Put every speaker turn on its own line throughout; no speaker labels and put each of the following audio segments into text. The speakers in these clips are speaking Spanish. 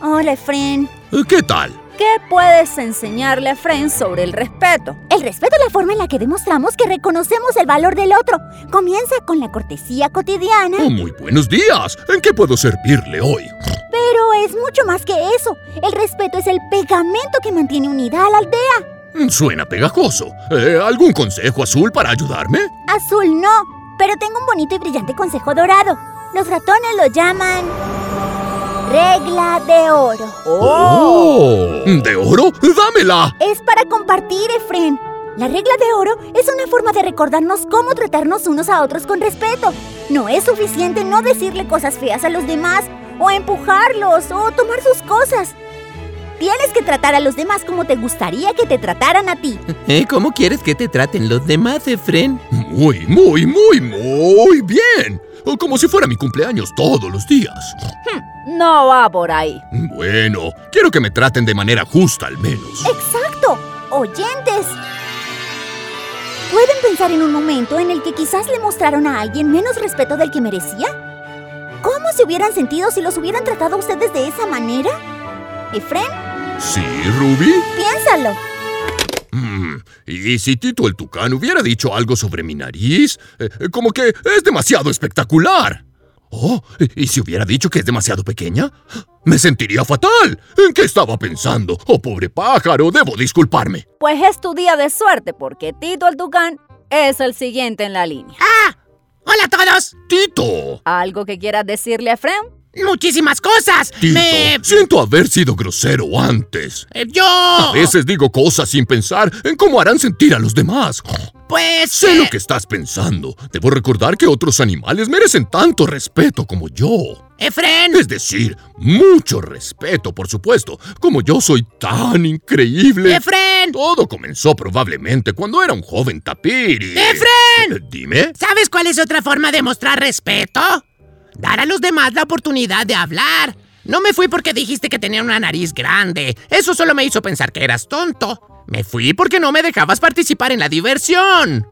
Hola, Efren.
Eh, ¿Qué tal?
¿Qué puedes enseñarle a Efrén sobre el respeto?
El respeto es la forma en la que demostramos que reconocemos el valor del otro. Comienza con la cortesía cotidiana,
Mm.
Oh, muy buenos días. ¿En qué puedo servirle hoy?
pero es mucho más que eso. El respeto es el pegamento que mantiene unida a la aldea.
Mm, Suena pegajoso. Eh, ¿Algún consejo azul para ayudarme?
Azul no, pero tengo un bonito y brillante consejo dorado. Los ratones lo llaman regla de oro.
¡Oh! ¿De oro? ¡Dámela!
Es para compartir, Efren. La regla de oro es una forma de recordarnos cómo tratarnos unos a otros con respeto. No es suficiente no decirle cosas feas a los demás, o empujarlos, o tomar sus cosas. Tienes que tratar a los demás como te gustaría que te trataran a ti.
Eh, ¿Cómo quieres que te traten los demás, Efren?
Muy, muy, muy, muy bien. Oh, Como si fuera mi cumpleaños todos los días.
No va por ahí.
Bueno, quiero que me traten de manera justa al menos.
Oh. Exacto, oyentes. ¿Pueden pensar en un momento en el que quizás le mostraron a alguien menos respeto del que merecía? ¿Cómo se hubieran sentido si los hubieran tratado a ustedes de esa manera? Efren,
¿Sí, Ruby?
piénsalo.
Mm, ¿Y si Tito el Tucán hubiera dicho algo sobre mi nariz? Eh, eh, como que es demasiado espectacular. Oh, ¿y si hubiera dicho que es demasiado pequeña? Me sentiría fatal. ¿En qué estaba pensando? Oh, pobre pájaro, debo disculparme.
Pues es tu día de suerte porque Tito el Tucán es el siguiente en la línea.
Hola a todos.
Tito.
¿Algo que quieras decirle a Efrem?
Muchísimas cosas.
Tito.
Me...
Siento haber sido grosero antes.
eh, Yo...
A veces digo cosas sin pensar en cómo harán sentir a los demás.
Pues...
Sé
eh,
lo que estás pensando. Debo recordar que otros animales merecen tanto respeto como yo.
Efren.
Es decir, mucho respeto, por supuesto. Como yo soy tan increíble.
Efren.
Todo comenzó probablemente cuando era un joven tapir y...
¡Efren!
Eh, Dime.
¿Sabes cuál es otra forma de mostrar respeto? Dar a los demás la oportunidad de hablar. No me fui porque dijiste que tenía una nariz grande. Eso solo me hizo pensar que eras tonto. Me fui porque no me dejabas participar en la diversión.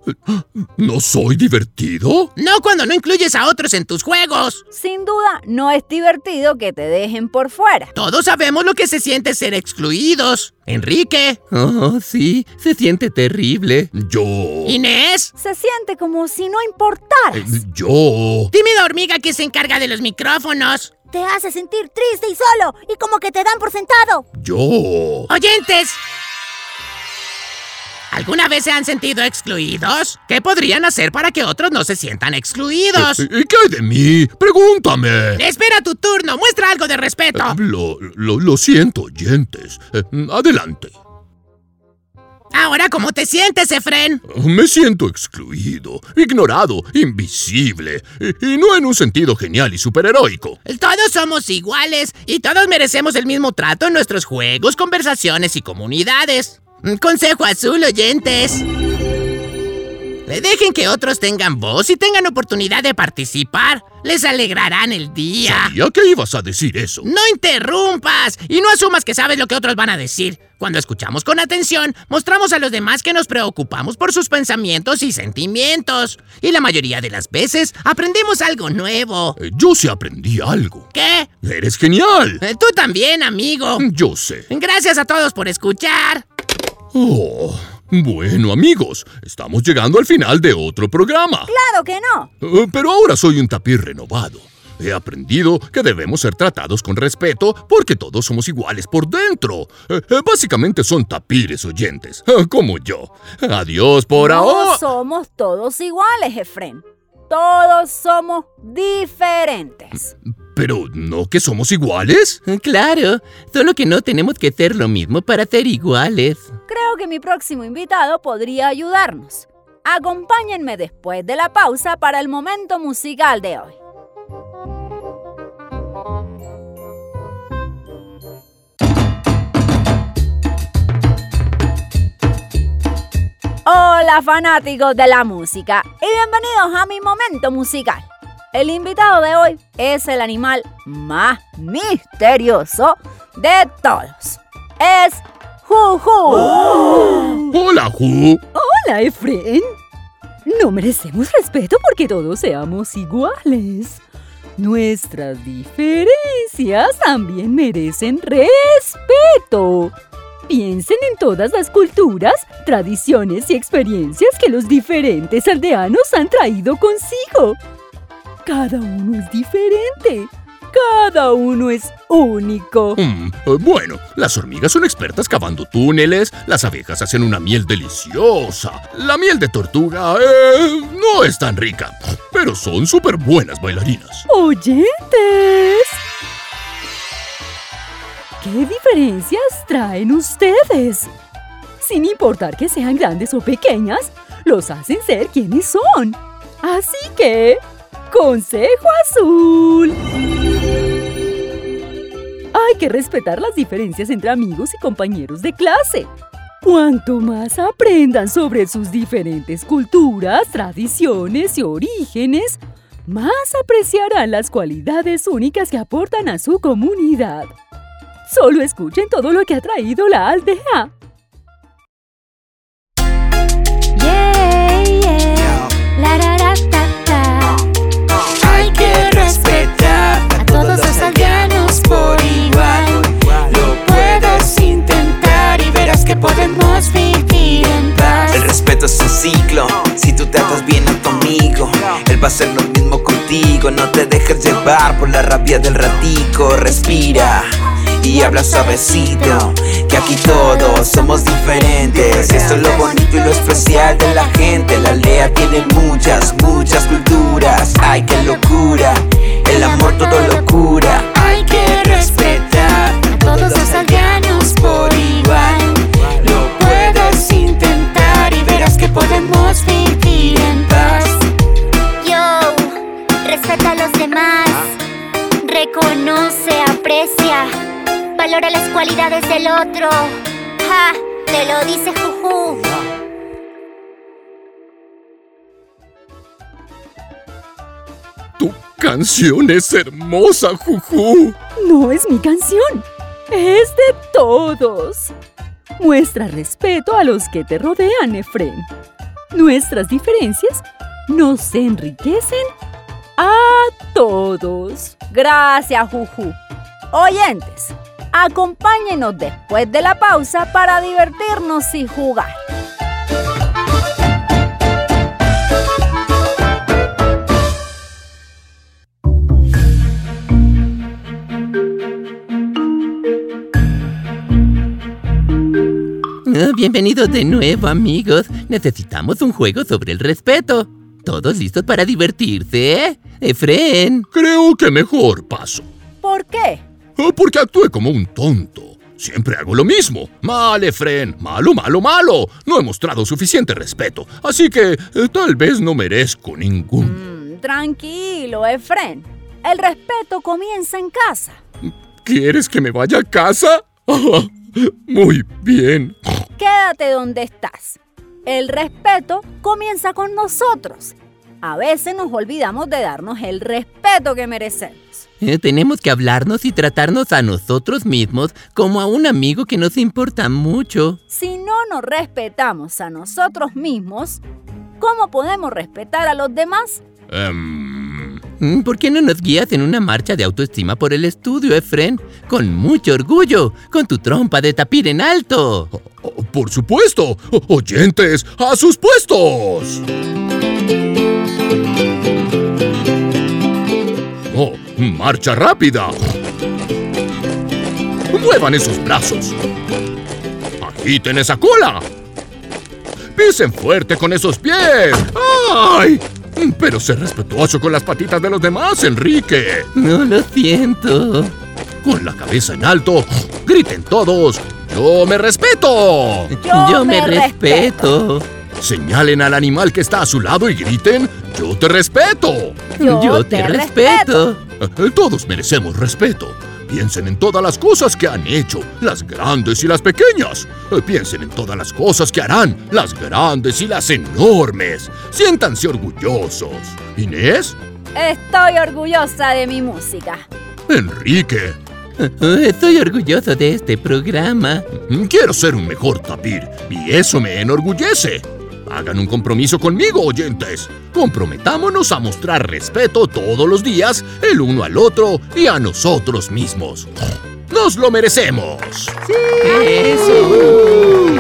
¿No soy divertido?
No cuando no incluyes a otros en tus juegos.
Sin duda, no es divertido que te dejen por fuera.
Todos sabemos lo que se siente ser excluidos. Enrique,
Oh, sí, se siente terrible.
Yo...
Inés,
Se siente como si no importaras.
eh, Yo...
tímida hormiga que se encarga de los micrófonos.
Te hace sentir triste y solo, y como que te dan por sentado.
Yo...
Oyentes, ¿alguna vez se han sentido excluidos? ¿Qué podrían hacer para que otros no se sientan excluidos?
Eh, eh, ¿Qué hay de mí? Pregúntame.
Espera tu turno, muestra algo de respeto.
Eh, Lo, lo, lo siento, oyentes. Eh, Adelante.
Ahora, ¿cómo te sientes, Efren?
Me siento excluido, ignorado, invisible, y, y no en un sentido genial y superheroico.
Todos somos iguales y todos merecemos el mismo trato en nuestros juegos, conversaciones y comunidades. Un Consejo azul, oyentes. Le dejen que otros tengan voz y tengan oportunidad de participar. Les alegrarán el día.
¿Y a qué ibas a decir eso?
No interrumpas y no asumas que sabes lo que otros van a decir. Cuando escuchamos con atención, mostramos a los demás que nos preocupamos por sus pensamientos y sentimientos. Y la mayoría de las veces aprendemos algo nuevo.
Eh, Yo sí aprendí algo.
¿Qué?
¡Eres genial!
Eh, Tú también, amigo.
Yo sé.
Gracias a todos por escuchar.
Oh, bueno, amigos, estamos llegando al final de otro programa.
Claro que no.
Eh, Pero ahora soy un tapir renovado. He aprendido que debemos ser tratados con respeto porque todos somos iguales por dentro. Eh, eh, Básicamente son tapires oyentes, eh, como yo. Adiós por
No
ahora.
somos todos iguales, Efrén. Todos somos diferentes.
Pero ¿no que somos iguales?
Claro, solo que no tenemos que hacer lo mismo para ser iguales.
Creo que mi próximo invitado podría ayudarnos. Acompáñenme después de la pausa para el momento musical de hoy. Hola fanáticos de la música y bienvenidos a mi momento musical. El invitado de hoy es el animal más misterioso de todos. Es Juju.
Hola, Ju.
Hola, Efren. No merecemos respeto porque todos seamos iguales. Nuestras diferencias también merecen respeto. Piensen en todas las culturas, tradiciones y experiencias que los diferentes aldeanos han traído consigo. Cada uno es diferente. Cada uno es único.
Mm, eh, bueno, las hormigas son expertas cavando túneles, las abejas hacen una miel deliciosa, la miel de tortuga eh, no es tan rica, pero son súper buenas bailarinas.
Oyentes, ¿qué diferencias traen ustedes? Sin importar que sean grandes o pequeñas, los hacen ser quienes son. Así que, consejo azul. Hay que respetar las diferencias entre amigos y compañeros de clase. Cuanto más aprendan sobre sus diferentes culturas, tradiciones y orígenes, más apreciarán las cualidades únicas que aportan a su comunidad. Solo escuchen todo lo que ha traído la aldea.
Yeah, yeah. La ra, ra, ta, ta.
Hay que respetar a todos los aldeanos por igual. Lo puedes intentar y verás que podemos vivir en paz.
El respeto es un ciclo, si tú tratas bien a tu amigo, él va a hacer lo mismo contigo. No te dejes llevar por la rabia del ratico, respira y habla suavecito. Que aquí todos somos diferentes. Eso es lo bonito y lo especial de la gente. La aldea tiene muchas, muchas culturas. Ay, qué locura, el amor todo lo cura.
Hay que respetar a todos los aldeanos por igual. Lo puedes intentar y verás que podemos vivir en paz.
Yo, respeta a los demás, reconoce, aprecia, valora las cualidades del otro. ¡Ja! Te lo dice Juju.
Tu canción es hermosa, Juju.
No es mi canción, es de todos. Muestra respeto a los que te rodean, Efren. Nuestras diferencias nos enriquecen a todos.
Gracias, Juju. Oyentes, acompáñenos después de la pausa para divertirnos y jugar.
Ah, bienvenidos de nuevo, amigos. Necesitamos un juego sobre el respeto. ¿Todos listos para divertirse? ¿eh? Efren.
Creo que mejor paso.
¿Por qué?
Ah, Porque actué como un tonto. Siempre hago lo mismo. Mal, Efren. Malo, malo, malo. No he mostrado suficiente respeto. Así que eh, tal vez no merezco ningún.
Mm, tranquilo, Efren. El respeto comienza en casa.
¿Quieres que me vaya a casa? Muy bien.
Quédate donde estás. El respeto comienza con nosotros. A veces nos olvidamos de darnos el respeto que merecemos.
Eh, tenemos que hablarnos y tratarnos a nosotros mismos como a un amigo que nos importa mucho.
Si no nos respetamos a nosotros mismos, ¿cómo podemos respetar a los demás?
Em,
Mm, ¿Por qué no nos guías en una marcha de autoestima por el estudio, Efren? Con mucho orgullo, con tu trompa de tapir en alto.
o- o- por supuesto. O- Oyentes, a sus puestos. Oh, marcha rápida. Muevan esos brazos. Agiten esa cola. Pisen fuerte con esos pies. ¡Ay! Pero sé respetuoso con las patitas de los demás, Enrique.
No lo siento.
Con la cabeza en alto, griten todos, yo me respeto.
Yo
me,
me
respeto.
Señalen al animal que está a su lado y griten, yo te respeto.
Yo
te,
te
respeto.
Eh, Todos merecemos respeto. Piensen en todas las cosas que han hecho, las grandes y las pequeñas. Eh, Piensen en todas las cosas que harán, las grandes y las enormes. Siéntanse orgullosos. Inés,
Estoy orgullosa de mi música.
Enrique,
Oh, Estoy orgulloso de este programa.
mm, quiero ser un mejor tapir y eso me enorgullece. Hagan un compromiso conmigo, oyentes. Comprometámonos a mostrar respeto todos los días, el uno al otro y a nosotros mismos. ¡Nos lo merecemos!
Eso.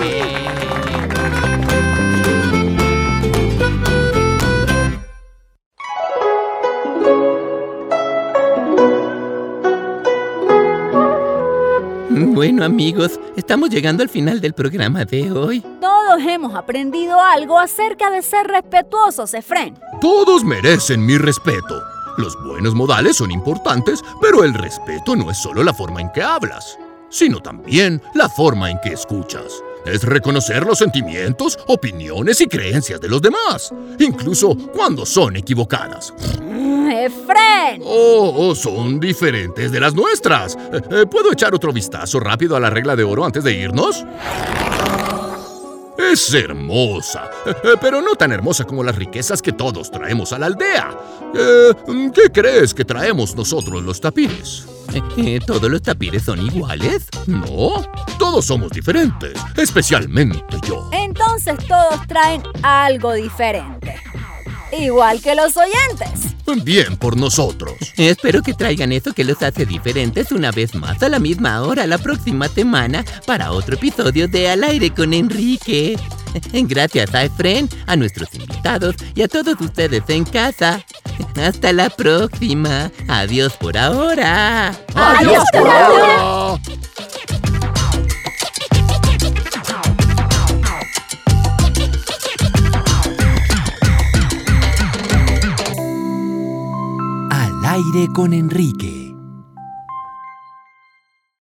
Bueno amigos, estamos llegando al final del programa de hoy.
Todos hemos aprendido algo acerca de ser respetuosos, Efren.
Todos merecen mi respeto. Los buenos modales son importantes, pero el respeto no es solo la forma en que hablas, sino también la forma en que escuchas. Es reconocer los sentimientos, opiniones y creencias de los demás, incluso cuando son equivocadas
Efren,
o o Oh, son diferentes de las nuestras. Eh, eh, ¿Puedo echar otro vistazo rápido a la regla de oro antes de irnos? Es hermosa, eh, eh, pero no tan hermosa como las riquezas que todos traemos a la aldea. Eh, ¿Qué crees que traemos nosotros los tapires?
Eh, eh, ¿Todos los tapires son iguales?
No, todos somos diferentes, especialmente yo.
entonces todos traen algo diferente. Igual que los oyentes.
Bien por nosotros.
Espero que traigan eso que los hace diferentes una vez más a la misma hora la próxima semana para otro episodio de Al aire con Enrique. Gracias a Efren, a nuestros invitados y a todos ustedes en casa. Hasta la próxima. Adiós por ahora.
Adiós,
Ah,
Al aire con Enrique.